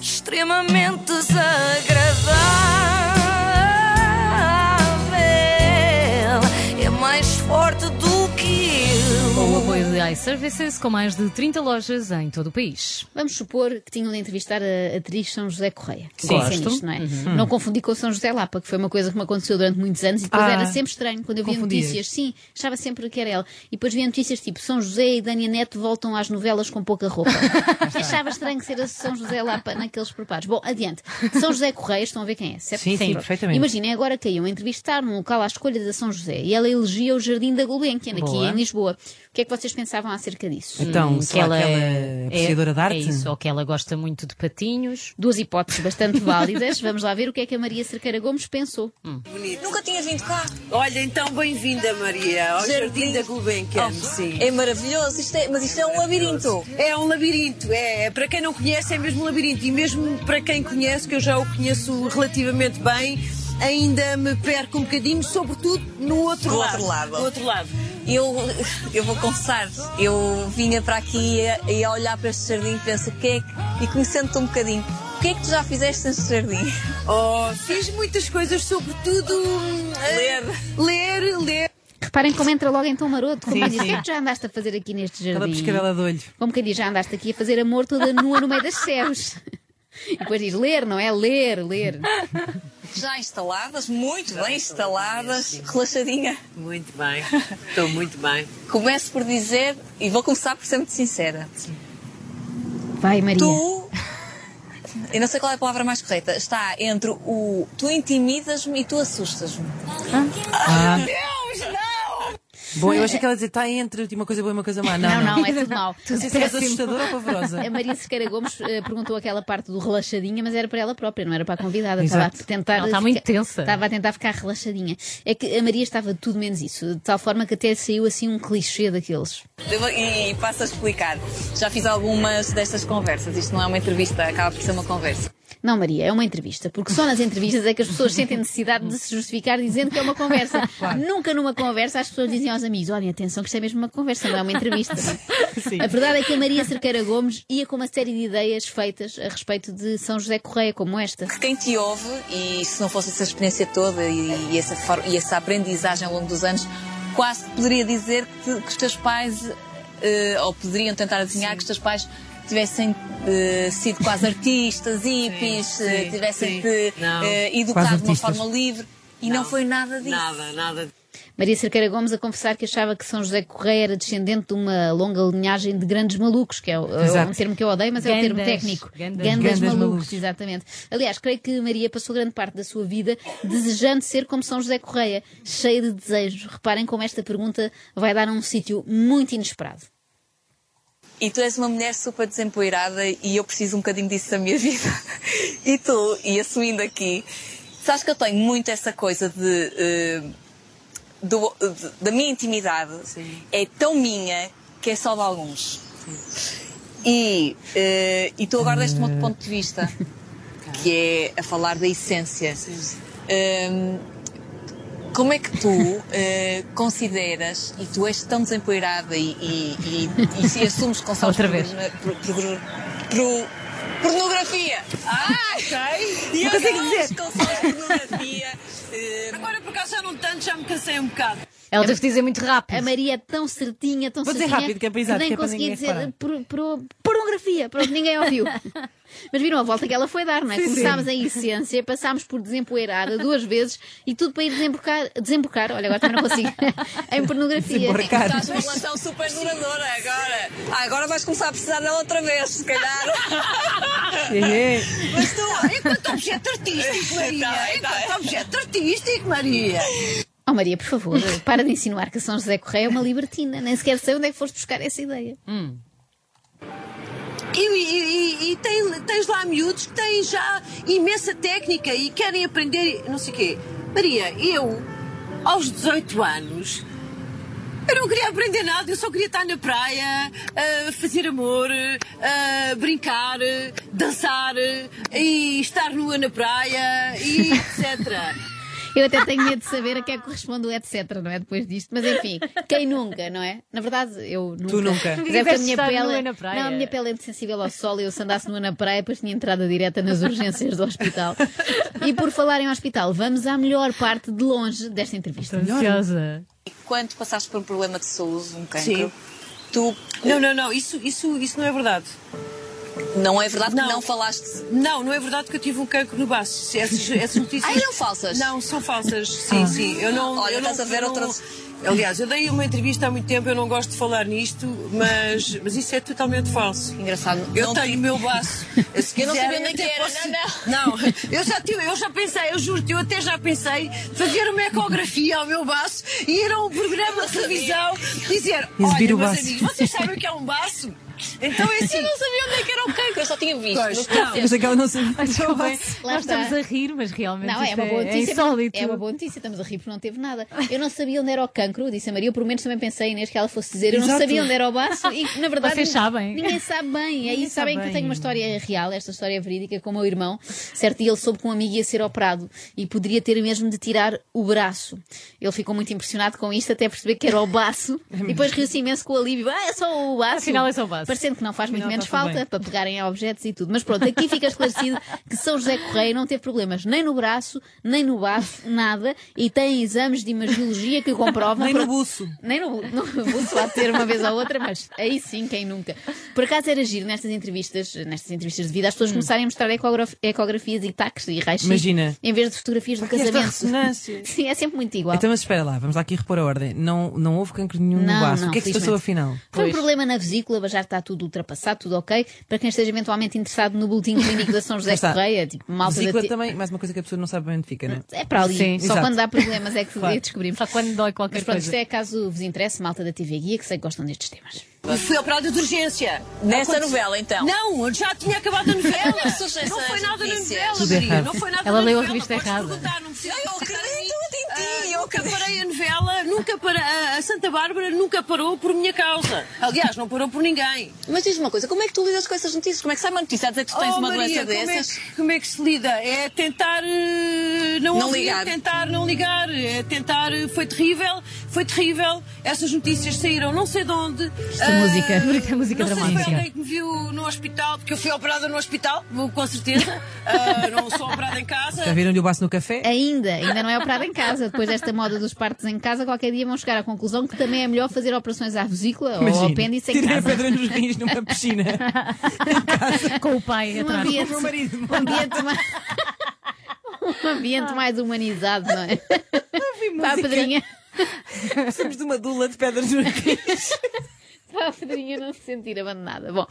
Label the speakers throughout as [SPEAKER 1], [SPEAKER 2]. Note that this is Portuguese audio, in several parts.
[SPEAKER 1] extremamente desagradável. É mais forte do que
[SPEAKER 2] Com o
[SPEAKER 1] eu.
[SPEAKER 2] apoio de iServices, com mais de 30 lojas em todo o país.
[SPEAKER 3] Vamos supor que tinham de entrevistar a atriz São José Correia.
[SPEAKER 2] Sim.
[SPEAKER 3] Pensem
[SPEAKER 2] Gosto.
[SPEAKER 3] nisto, não é?
[SPEAKER 4] Uhum.
[SPEAKER 3] Não confundi com o São José Lapa, que foi uma coisa que me aconteceu durante muitos anos e depois
[SPEAKER 4] Ah,
[SPEAKER 3] era sempre estranho quando eu via
[SPEAKER 4] confundias.
[SPEAKER 3] notícias. Sim, achava sempre que era ela. E depois via notícias tipo São José e Dania Neto voltam às novelas com pouca roupa. achava estranho ser a São José Lapa naqueles preparos. Bom, adiante. São José Correia, estão a ver quem é, certo?
[SPEAKER 4] Sim, sim,
[SPEAKER 3] Pronto.
[SPEAKER 4] perfeitamente.
[SPEAKER 3] Imaginem agora que iam entrevistar num local à escolha da São José e ela elegia o Jardim da Gulbenkian aqui
[SPEAKER 4] Boa.
[SPEAKER 3] em Lisboa. O que é que vocês pensavam acerca disso?
[SPEAKER 4] Então,
[SPEAKER 2] Hum,
[SPEAKER 4] sei lá, que ela é apreciadora de arte?
[SPEAKER 2] É isso, ou que ela gosta muito de patinhos.
[SPEAKER 3] Duas hipóteses bastante válidas. Vamos lá ver o que é que a Maria Cerqueira Gomes pensou.
[SPEAKER 1] Nunca tinha vindo cá.
[SPEAKER 5] Olha, então bem-vinda, Maria, ao Jardim, da Gulbenkian. sim.
[SPEAKER 1] É maravilhoso, isto é- mas isto é um labirinto.
[SPEAKER 5] É um labirinto, é. Para quem não conhece, é mesmo um labirinto. E mesmo para quem conhece, que eu já o conheço relativamente bem, ainda me perco um bocadinho, sobretudo no outro
[SPEAKER 1] Do
[SPEAKER 5] lado.
[SPEAKER 1] outro lado.
[SPEAKER 5] Do outro lado.
[SPEAKER 1] Eu, eu vou confessar, eu vinha para aqui e a olhar para este jardim pensa que é que, e conhecendo-te um bocadinho, o que é que tu já fizeste neste jardim?
[SPEAKER 5] Oh, fiz muitas coisas, sobretudo. hum, eh, Ler, ler.
[SPEAKER 3] Reparem como entra logo então maroto. Como
[SPEAKER 4] Sim,
[SPEAKER 3] quem diz, o
[SPEAKER 4] sim.
[SPEAKER 3] que é que já andaste a fazer aqui neste
[SPEAKER 4] Aquela
[SPEAKER 3] jardim?
[SPEAKER 4] pescadela de olho.
[SPEAKER 3] Como quem diz, já andaste aqui a fazer amor toda nua no meio das céus. E depois diz, ler, não é? Ler, ler.
[SPEAKER 1] Já instaladas, muito bem instaladas, relaxadinha.
[SPEAKER 5] Muito bem, estou muito bem.
[SPEAKER 1] Começo por dizer, e vou começar por ser muito sincera,
[SPEAKER 3] Vai, Maria.
[SPEAKER 1] tu. Eu não sei qual é a palavra mais correta. Está entre o tu intimidas-me e tu assustas-me.
[SPEAKER 4] Ah. Bom, eu achei que ela dizia, está entre uma coisa boa e uma coisa má. Não,
[SPEAKER 3] Não,
[SPEAKER 4] não, assim.
[SPEAKER 3] não, é tudo mau.
[SPEAKER 4] Não sei se és assustadora ou pavorosa.
[SPEAKER 3] A Maria Cerqueira Gomes eh, perguntou aquela parte do relaxadinha, mas era para ela própria, não era para a convidada. Estava a
[SPEAKER 4] Exato.
[SPEAKER 3] tentar.
[SPEAKER 2] Ela está muito
[SPEAKER 3] ficar-
[SPEAKER 2] tensa.
[SPEAKER 3] Estava a tentar ficar relaxadinha. É que a Maria estava tudo menos isso, de tal forma que até saiu assim um clichê daqueles.
[SPEAKER 1] Eu vou- E passo a explicar. Já fiz algumas destas conversas. Isto não é uma entrevista, acaba por ser uma conversa.
[SPEAKER 3] Não, Maria, é uma entrevista, porque só nas entrevistas é que as pessoas sentem necessidade de se justificar dizendo que é uma conversa. Nunca numa conversa as pessoas dizem aos amigos: olhem, atenção, que isto é mesmo uma conversa, não é uma entrevista. A verdade é que a Maria Cerqueira Gomes ia com uma série de ideias feitas a respeito de São José Correia, como esta.
[SPEAKER 1] Que quem te ouve, e se não fosse essa experiência toda e, e essa, for- e essa aprendizagem ao longo dos anos, quase poderia dizer que, te- que os teus pais, eh, ou poderiam tentar adivinhar que os teus pais tivessem eh, sido quase artistas, hippies,
[SPEAKER 5] sim,
[SPEAKER 1] eh, tivessem
[SPEAKER 5] sim.
[SPEAKER 1] te
[SPEAKER 5] Não.
[SPEAKER 1] eh, educado de uma
[SPEAKER 4] artistas.
[SPEAKER 1] forma livre. E não, foi nada disso.
[SPEAKER 5] Nada, nada.
[SPEAKER 3] Maria Cerqueira Gomes a confessar que achava que São José Correia era descendente de uma longa linhagem de grandes malucos, que é, o- é um
[SPEAKER 4] Exato.
[SPEAKER 3] termo que eu odeio, mas é o
[SPEAKER 2] Gandas.
[SPEAKER 3] termo técnico.
[SPEAKER 2] Gandas.
[SPEAKER 4] Gandas
[SPEAKER 3] malucos,
[SPEAKER 4] malucos.
[SPEAKER 3] exatamente. Aliás, creio que Maria passou grande parte da sua vida desejando ser como São José Correia, cheia de desejos. Reparem como esta pergunta vai dar a um sítio muito inesperado.
[SPEAKER 1] E tu és uma mulher super desempoeirada e eu preciso um bocadinho disso da minha vida. E tu, e assumindo aqui, sabes que eu tenho muito essa coisa de. eh, do- de- da minha intimidade é tão minha que é só de alguns. E, eh, e tu agora deste-me outro ponto de vista, que é a falar da essência. Ehm, como é que tu eh, consideras, e tu és tão desempoeirada e, e, e, e se assumes que consoles
[SPEAKER 2] Outra vez.
[SPEAKER 1] porno- por- por- por- pornografia? Ah, ok! E
[SPEAKER 4] Não consigo
[SPEAKER 1] aqueles que consomem pornografia. eh,
[SPEAKER 5] Agora por acaso já não tanto, já me cansei um bocado.
[SPEAKER 2] Ela deve dizer muito
[SPEAKER 3] A
[SPEAKER 2] rápido.
[SPEAKER 3] Maria é tão certinha, tão
[SPEAKER 4] Vou dizer
[SPEAKER 3] certinha,
[SPEAKER 4] rápido, que é para exato,
[SPEAKER 3] nem
[SPEAKER 4] que é para
[SPEAKER 3] conseguia
[SPEAKER 4] ninguém
[SPEAKER 3] dizer
[SPEAKER 4] reparar.
[SPEAKER 3] por, por- pornografia, pronto, ninguém ouviu. Mas viram a volta que ela foi dar, não é? Começámos em essência, passámos por desempoeirada duas vezes e tudo para ir desembocar, desembocar olha, agora também não consigo, em
[SPEAKER 5] assim
[SPEAKER 3] pornografia.
[SPEAKER 4] Desemborcar. Cara.
[SPEAKER 1] Estás numa relação super duradoura agora. Ah, agora vais começar a precisar dela outra vez, se calhar.
[SPEAKER 4] É, é.
[SPEAKER 5] Mas tu, enquanto objeto artístico, Maria.
[SPEAKER 1] Tá, tá.
[SPEAKER 5] Enquanto objeto artístico, Maria.
[SPEAKER 3] Oh Maria, por favor, para de insinuar que São José Correia é uma libertina, nem sequer sei onde é que foste buscar essa ideia.
[SPEAKER 5] E, e- e- e tem- tens lá miúdos que têm já imensa técnica e querem aprender não sei o quê. Maria, eu, aos 18 anos, eu não queria aprender nada, eu só queria estar na praia, ah, fazer amor, ah, brincar, ah, dançar ah, e estar nua na praia e etc.
[SPEAKER 3] Eu até tenho medo de saber a que é que corresponde o etc, não é? Depois disto. Mas enfim, quem nunca, não é? Na verdade, eu nunca.
[SPEAKER 4] Tu nunca.
[SPEAKER 3] Mas é porque a minha
[SPEAKER 2] Estar nua
[SPEAKER 3] pele.
[SPEAKER 2] na praia.
[SPEAKER 3] Não, a minha pele é muito sensível ao sol e eu se andasse nua na praia, depois tinha entrada direta nas urgências do hospital. E por falar em hospital, vamos à melhor parte de longe desta entrevista.
[SPEAKER 2] Estou ansiosa.
[SPEAKER 1] E quando passaste por um problema de saúde, um cancro,
[SPEAKER 5] Sim.
[SPEAKER 1] tu
[SPEAKER 5] Não, não, não, isso, isso, isso não é verdade.
[SPEAKER 1] não é verdade
[SPEAKER 5] Não.
[SPEAKER 1] que não falaste.
[SPEAKER 5] Não, não é verdade que eu tive um cancro no baço. Essas, essas notícias.
[SPEAKER 1] Ah, eram falsas? Ah.
[SPEAKER 5] Não, são falsas. Sim, sim. Eu não.
[SPEAKER 1] Olha,
[SPEAKER 5] eu não,
[SPEAKER 1] estás a ver
[SPEAKER 5] eu não-
[SPEAKER 1] outras-
[SPEAKER 5] Aliás, eu dei uma entrevista há muito tempo, eu não gosto de falar nisto, mas, mas isso é totalmente falso.
[SPEAKER 1] Engraçado.
[SPEAKER 5] Eu
[SPEAKER 1] não
[SPEAKER 5] tenho o meu baço. Se
[SPEAKER 1] Eu não
[SPEAKER 5] quiser,
[SPEAKER 1] sabia onde é que
[SPEAKER 5] até
[SPEAKER 1] era,
[SPEAKER 5] Não, eu já, tive, eu já pensei, eu juro-te, eu até já pensei fazer uma ecografia ao meu baço e ir a um programa de televisão dizer:
[SPEAKER 4] Exibir
[SPEAKER 5] Olha,
[SPEAKER 4] o
[SPEAKER 5] meus
[SPEAKER 4] baço."
[SPEAKER 5] amigos, vocês sabem o que é um baço? Então é assim.
[SPEAKER 1] não sabia onde é que era o cancro, eu só tinha visto.
[SPEAKER 5] Pois,
[SPEAKER 1] Mas
[SPEAKER 5] não.
[SPEAKER 4] Mas é que ela não sabia.
[SPEAKER 2] Estou bem.
[SPEAKER 3] Lá
[SPEAKER 2] Nós
[SPEAKER 3] está.
[SPEAKER 2] estamos a rir, mas realmente
[SPEAKER 3] Não, é
[SPEAKER 2] isto
[SPEAKER 3] uma boa
[SPEAKER 2] é
[SPEAKER 3] notícia.
[SPEAKER 2] insólito.
[SPEAKER 3] é uma boa notícia, estamos a rir porque não teve nada. Eu não sabia onde era o cancro, disse a Maria, eu pelo menos também pensei, Inês, que ela fosse dizer, eu não
[SPEAKER 4] Exato.
[SPEAKER 3] sabia onde era o baço e que, na verdade
[SPEAKER 2] Vocês
[SPEAKER 3] ninguém-
[SPEAKER 2] sabem.
[SPEAKER 3] ninguém sabe bem. Aí
[SPEAKER 2] Ninguém sabe
[SPEAKER 3] sabem que eu
[SPEAKER 2] bem.
[SPEAKER 3] tenho uma história real, esta história é verídica, com o meu irmão, certo? E ele soube que um amigo ia ser operado e poderia ter mesmo de tirar o braço. Ele ficou muito impressionado com isto, até perceber que era o baço e depois riu-se imenso com o alívio. Ah, é só o baço.
[SPEAKER 2] É Afinal, é só o baço.
[SPEAKER 3] Parecendo que não faz muito
[SPEAKER 2] Afinal,
[SPEAKER 3] menos
[SPEAKER 2] está tudo
[SPEAKER 3] falta,
[SPEAKER 2] bem.
[SPEAKER 3] para pegarem a objetos e tudo. Mas pronto, aqui fica esclarecido que São José Correia não teve problemas nem no braço, nem no baço, nada, e tem exames de imagiologia que o comprovam.
[SPEAKER 4] Nem no
[SPEAKER 3] Pronto.
[SPEAKER 4] buço.
[SPEAKER 3] Nem no, no buço lá de ter uma vez ou outra, mas aí sim, quem nunca. Por acaso era giro nestas entrevistas, nestas entrevistas de vida, as pessoas
[SPEAKER 4] Hum.
[SPEAKER 3] começarem a mostrar ecograf- ecografias e taques e raios
[SPEAKER 4] Imagina.
[SPEAKER 3] Em vez de fotografias do
[SPEAKER 4] esta
[SPEAKER 3] casamento.
[SPEAKER 4] ressonância.
[SPEAKER 3] Sim, é sempre muito igual.
[SPEAKER 4] Então, mas espera lá, vamos lá aqui repor a ordem. Não, não houve cancro nenhum
[SPEAKER 3] Não,
[SPEAKER 4] no baço.
[SPEAKER 3] não,
[SPEAKER 4] o que é que se passou afinal?
[SPEAKER 3] Foi um problema na vesícula, mas já está tudo ultrapassado, tudo ok. Para quem esteja eventualmente interessado no boletim clínico da São José
[SPEAKER 4] Lá está.
[SPEAKER 3] Correia, tipo, malta
[SPEAKER 4] Vesícula
[SPEAKER 3] da T-
[SPEAKER 4] também, mais uma coisa que a pessoa não sabe bem onde fica, né?
[SPEAKER 3] É para ali.
[SPEAKER 2] Sim,
[SPEAKER 3] Só
[SPEAKER 4] exato.
[SPEAKER 3] quando há problemas é que
[SPEAKER 2] Claro.
[SPEAKER 3] descobrimos.
[SPEAKER 2] Só quando dói qualquer
[SPEAKER 3] Mas pronto,
[SPEAKER 2] coisa.
[SPEAKER 3] isto é caso vos interesse, malta da TV Guia, que sei que gostam destes temas.
[SPEAKER 5] Fui operada de urgência.
[SPEAKER 1] Nessa
[SPEAKER 5] Aconteceu-
[SPEAKER 1] novela, então?
[SPEAKER 5] Não, eu já tinha acabado a novela.
[SPEAKER 1] Não surge
[SPEAKER 5] não
[SPEAKER 1] essas
[SPEAKER 5] foi nada na
[SPEAKER 1] notícias.
[SPEAKER 5] novela,
[SPEAKER 4] Tudo
[SPEAKER 5] Maria.
[SPEAKER 4] errado.
[SPEAKER 5] Não foi nada
[SPEAKER 2] Ela
[SPEAKER 5] na
[SPEAKER 2] leu a
[SPEAKER 5] novela.
[SPEAKER 2] revista
[SPEAKER 5] Podes
[SPEAKER 2] errada.
[SPEAKER 5] perguntar, não precisa
[SPEAKER 1] Eu
[SPEAKER 5] perguntar a mim.
[SPEAKER 1] acredito em ti,
[SPEAKER 5] Ah,
[SPEAKER 1] eu
[SPEAKER 5] nunca
[SPEAKER 1] acredito.
[SPEAKER 5] parei a novela, nunca para a Santa Bárbara nunca parou por minha causa. Aliás, não parou por ninguém.
[SPEAKER 1] Mas diz uma coisa, como é que tu lidas com essas notícias? Como é que sai uma notícia a dizer que tu tens
[SPEAKER 5] Oh,
[SPEAKER 1] uma
[SPEAKER 5] Maria,
[SPEAKER 1] doença
[SPEAKER 5] como é,
[SPEAKER 1] dessas?
[SPEAKER 5] que, como é que se lida? É tentar eh, não,
[SPEAKER 1] Não
[SPEAKER 5] ouvir,
[SPEAKER 1] ligar.
[SPEAKER 5] tentar não ligar, é tentar. eh, Foi terrível, foi terrível. Essas notícias saíram não sei de onde. Eh,
[SPEAKER 3] Esta música.
[SPEAKER 2] Música- música
[SPEAKER 5] não Sei se
[SPEAKER 2] dramática.
[SPEAKER 5] foi alguém que me viu no hospital, porque eu fui operada no hospital, vou- com certeza. Ah, não sou operada em casa.
[SPEAKER 4] Já viram-lhe o baço no café?
[SPEAKER 3] Ainda, ainda não é operada em casa. Depois desta moda dos partos em casa, qualquer dia vão chegar à conclusão que também é melhor fazer operações à vesícula ou ao apêndice é em
[SPEAKER 4] tirei a
[SPEAKER 3] casa.
[SPEAKER 4] pedra nos rins numa piscina.
[SPEAKER 2] Com o pai
[SPEAKER 3] Um
[SPEAKER 2] atrás.
[SPEAKER 3] ambiente,
[SPEAKER 4] meu marido.
[SPEAKER 3] um ambiente mais. Um ambiente
[SPEAKER 2] Ah.
[SPEAKER 3] mais humanizado, não é? Pá, Pedrinha.
[SPEAKER 4] Precisamos de uma dula de pedras nos rins.
[SPEAKER 3] Para a Pedrinha não se sentir abandonada. Bom,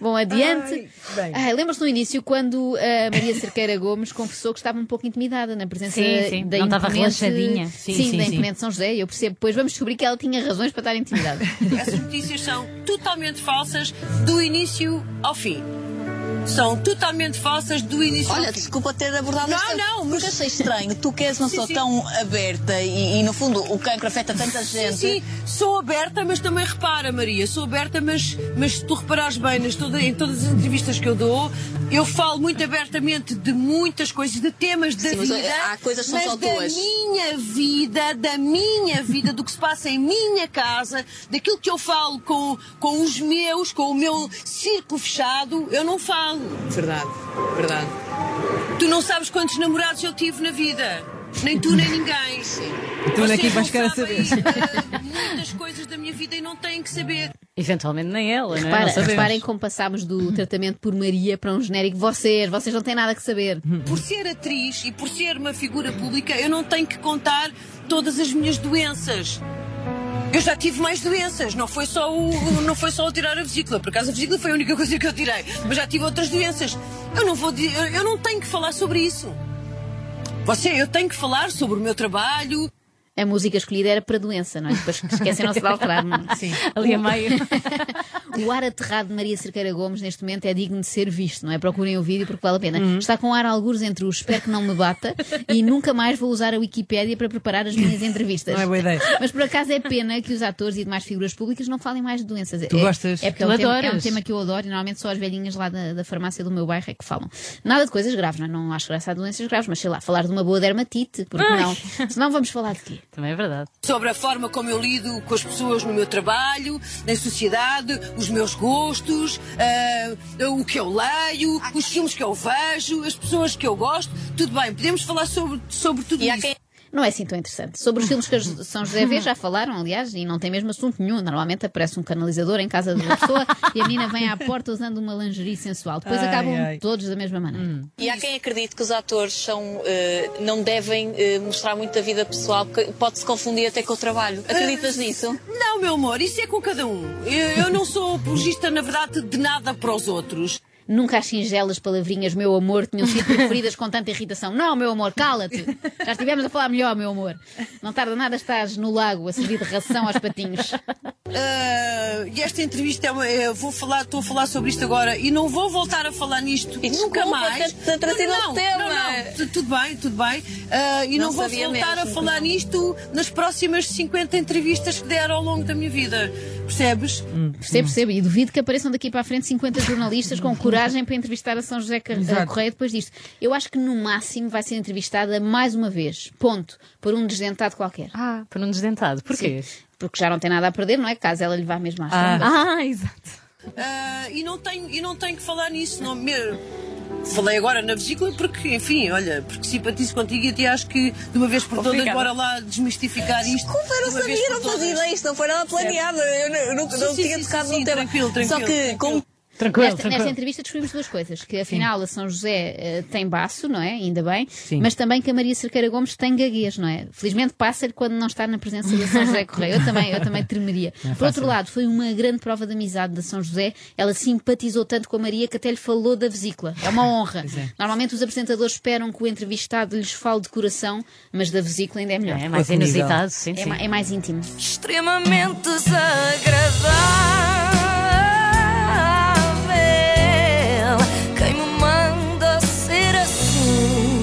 [SPEAKER 3] bom adiante.
[SPEAKER 4] Ai, bem.
[SPEAKER 3] Ai, Lembras-te no início quando a Maria Cerqueira Gomes confessou que estava um pouco intimidada na presença
[SPEAKER 2] Sim, sim.
[SPEAKER 3] da
[SPEAKER 2] Não estava
[SPEAKER 3] imponente-
[SPEAKER 2] relaxadinha.
[SPEAKER 3] Sim,
[SPEAKER 4] Sim,
[SPEAKER 3] da
[SPEAKER 4] sim, sim.
[SPEAKER 3] imponente São José. Eu percebo. Pois vamos descobrir que ela tinha razões para estar intimidada.
[SPEAKER 2] É,
[SPEAKER 5] Essas notícias são totalmente falsas, do início ao fim. São totalmente falsas, do início
[SPEAKER 1] Olha,
[SPEAKER 5] ao fim.
[SPEAKER 1] desculpa ter abordado
[SPEAKER 5] Não,
[SPEAKER 1] este tema,
[SPEAKER 5] não, mas-
[SPEAKER 1] Porque achei estranho. Tu que és uma pessoa
[SPEAKER 5] sim.
[SPEAKER 1] tão aberta e, e, no fundo, o cancro afeta tanta gente.
[SPEAKER 5] Sim, sim, sou aberta, mas também repara, Maria, sou aberta, mas, mas se tu reparares bem nas toda- em todas as entrevistas que eu dou, eu falo muito abertamente de muitas coisas, de temas da
[SPEAKER 1] Sim, mas,
[SPEAKER 5] vida.
[SPEAKER 1] há coisas que são
[SPEAKER 5] mas
[SPEAKER 1] só
[SPEAKER 5] da
[SPEAKER 1] tuas.
[SPEAKER 5] minha vida, da minha vida, do que se passa em minha casa, daquilo que eu falo com, com os meus, com o meu círculo fechado, eu não falo.
[SPEAKER 1] Verdade, verdade.
[SPEAKER 5] Tu não sabes quantos namorados eu tive na vida. Nem tu, nem ninguém.
[SPEAKER 4] Tu onde é
[SPEAKER 5] Vocês
[SPEAKER 4] que
[SPEAKER 5] não
[SPEAKER 4] vais querer
[SPEAKER 5] sabem,
[SPEAKER 4] saber?
[SPEAKER 5] eh, muitas coisas da minha vida e não têm que saber.
[SPEAKER 2] Eventualmente nem ela, não é? Não
[SPEAKER 3] Repara,
[SPEAKER 2] sabemos.
[SPEAKER 3] reparem como passámos do tratamento por Maria para um genérico. Vocês, vocês não têm nada que saber.
[SPEAKER 2] Hum.
[SPEAKER 5] Por ser atriz e por ser uma figura pública, eu não tenho que contar todas as minhas doenças. Eu já tive mais doenças, não foi só o, o- não foi só o tirar a vesícula. Por acaso a vesícula foi a única coisa que eu tirei, mas já tive outras doenças. Eu não vou, di- eu eu não tenho que falar sobre isso. Você, eu tenho que falar sobre o meu trabalho,
[SPEAKER 3] a música escolhida era para doença, não é? Depois esqueceram-se de alterar. não é?
[SPEAKER 4] Sim.
[SPEAKER 2] Ali a meio.
[SPEAKER 3] O ar aterrado de Maria Cerqueira Gomes neste momento é digno de ser visto, não é? Procurem o vídeo porque vale a pena.
[SPEAKER 4] Uhum.
[SPEAKER 3] Está com ar algures entre os espero que não me bata e nunca mais vou usar a Wikipédia para preparar as minhas entrevistas.
[SPEAKER 4] Não é boa ideia.
[SPEAKER 3] Mas por acaso é pena que os atores e demais figuras públicas não falem mais de doenças.
[SPEAKER 4] Tu
[SPEAKER 3] é,
[SPEAKER 4] gostas?
[SPEAKER 3] É porque é
[SPEAKER 2] Tu
[SPEAKER 3] um, tema, é um
[SPEAKER 2] adoras.
[SPEAKER 3] tema que eu adoro e normalmente só as velhinhas lá da, da farmácia do meu bairro é que falam. Nada de coisas graves, não, é? não acho graça a doenças graves, mas sei lá, falar de uma boa dermatite, porque não? Senão vamos falar de quê?
[SPEAKER 2] Também é verdade.
[SPEAKER 5] sobre a forma como eu lido com as pessoas no meu trabalho, na sociedade, os meus gostos, ah, o que eu leio, os filmes que eu vejo, as pessoas que eu gosto. Tudo bem, podemos falar sobre, sobre tudo
[SPEAKER 1] E há
[SPEAKER 5] isso.
[SPEAKER 1] quem-
[SPEAKER 3] Não é assim tão interessante. Sobre os filmes que a São José vê, já falaram, aliás, e não tem mesmo assunto nenhum. Normalmente aparece um canalizador em casa de uma pessoa e a menina vem à porta usando uma lingerie sensual. Depois
[SPEAKER 4] Ai,
[SPEAKER 3] acabam
[SPEAKER 4] ai. Hum.
[SPEAKER 3] todos da mesma maneira.
[SPEAKER 1] E há quem acredite que os atores são, eh, não devem eh, mostrar muito da vida pessoal, porque pode-se confundir até com o trabalho. Acreditas nisso?
[SPEAKER 5] Não, meu amor, isso é com cada um. Eu, eu não sou apologista, na verdade, de nada para os outros.
[SPEAKER 3] Nunca as singelas palavrinhas, meu amor, tinham sido preferidas com tanta irritação. Não, meu amor, cala-te. Já estivemos a falar melhor, meu amor. Não tarda nada, estás no lago a servir de ração aos patinhos.
[SPEAKER 5] Ah, e esta entrevista é uma- eu vou falar, estou a falar sobre isto agora e não vou voltar a falar nisto
[SPEAKER 1] E desculpa
[SPEAKER 5] nunca
[SPEAKER 1] assim
[SPEAKER 5] mais.
[SPEAKER 1] ter- ter trazido
[SPEAKER 5] não,
[SPEAKER 1] o
[SPEAKER 5] não,
[SPEAKER 1] tema.
[SPEAKER 5] não, não, tu- tudo bem, tudo bem. Ah, e não,
[SPEAKER 1] Não
[SPEAKER 5] vou
[SPEAKER 1] sabia
[SPEAKER 5] voltar a
[SPEAKER 1] mesmo,
[SPEAKER 5] falar nisto nas próximas 50 entrevistas que der ao longo da minha vida. Percebes?
[SPEAKER 1] Hum.
[SPEAKER 3] Percebo, percebo. E duvido que apareçam daqui para a frente 50 jornalistas com coragem para entrevistar a São José Car-
[SPEAKER 4] Exato.
[SPEAKER 3] Correia depois disto. Eu acho que no máximo vai ser entrevistada mais uma vez. Ponto. Por um desdentado qualquer.
[SPEAKER 2] Ah, por um desdentado. Porquê?
[SPEAKER 3] Porque já não tem nada a perder, não é? Caso ela lhe vá mesmo à ah.
[SPEAKER 2] Ah, exato.
[SPEAKER 5] Ah, e, não tenho, e não tenho que falar nisso, não me. Falei agora na vesícula porque, enfim, olha, porque simpatizo contigo e até acho que de uma vez por todas,
[SPEAKER 2] Obrigada.
[SPEAKER 5] bora lá desmistificar isto.
[SPEAKER 1] Oh, Desculpa, eu não
[SPEAKER 5] de uma vez
[SPEAKER 1] sabia,
[SPEAKER 5] por
[SPEAKER 1] não fazia
[SPEAKER 5] todas.
[SPEAKER 1] ideia, isto não foi nada planeado, eu não, eu não,
[SPEAKER 5] Sim,
[SPEAKER 1] não
[SPEAKER 5] sim,
[SPEAKER 1] tinha
[SPEAKER 5] sim,
[SPEAKER 1] tocado
[SPEAKER 5] sim,
[SPEAKER 1] no
[SPEAKER 5] sim,
[SPEAKER 1] tema.
[SPEAKER 5] tranquilo,
[SPEAKER 1] Só
[SPEAKER 5] tranquilo,
[SPEAKER 1] que, como
[SPEAKER 2] Tranquilo,
[SPEAKER 3] Nesta,
[SPEAKER 2] tranquilo.
[SPEAKER 3] nesta entrevista descobrimos duas coisas: que afinal a São José eh, tem baço, não é? Ainda bem, mas também que a Maria Cerqueira Gomes tem gaguez, não é? Felizmente passa-lhe quando não está na presença da São José Correia. Eu também, eu também tremeria.
[SPEAKER 2] é
[SPEAKER 3] Por outro lado, foi uma grande prova de amizade da São José. Ela simpatizou tanto com a Maria que até lhe falou da vesícula. É uma honra. Normalmente os apresentadores esperam que o entrevistado lhes fale de coração, mas da vesícula ainda é melhor.
[SPEAKER 2] É mais
[SPEAKER 4] Outro nível.
[SPEAKER 2] inusitado, sim,
[SPEAKER 3] É
[SPEAKER 2] sim.
[SPEAKER 3] ma- é mais íntimo.
[SPEAKER 6] extremamente desagradável. Quem me manda ser assim?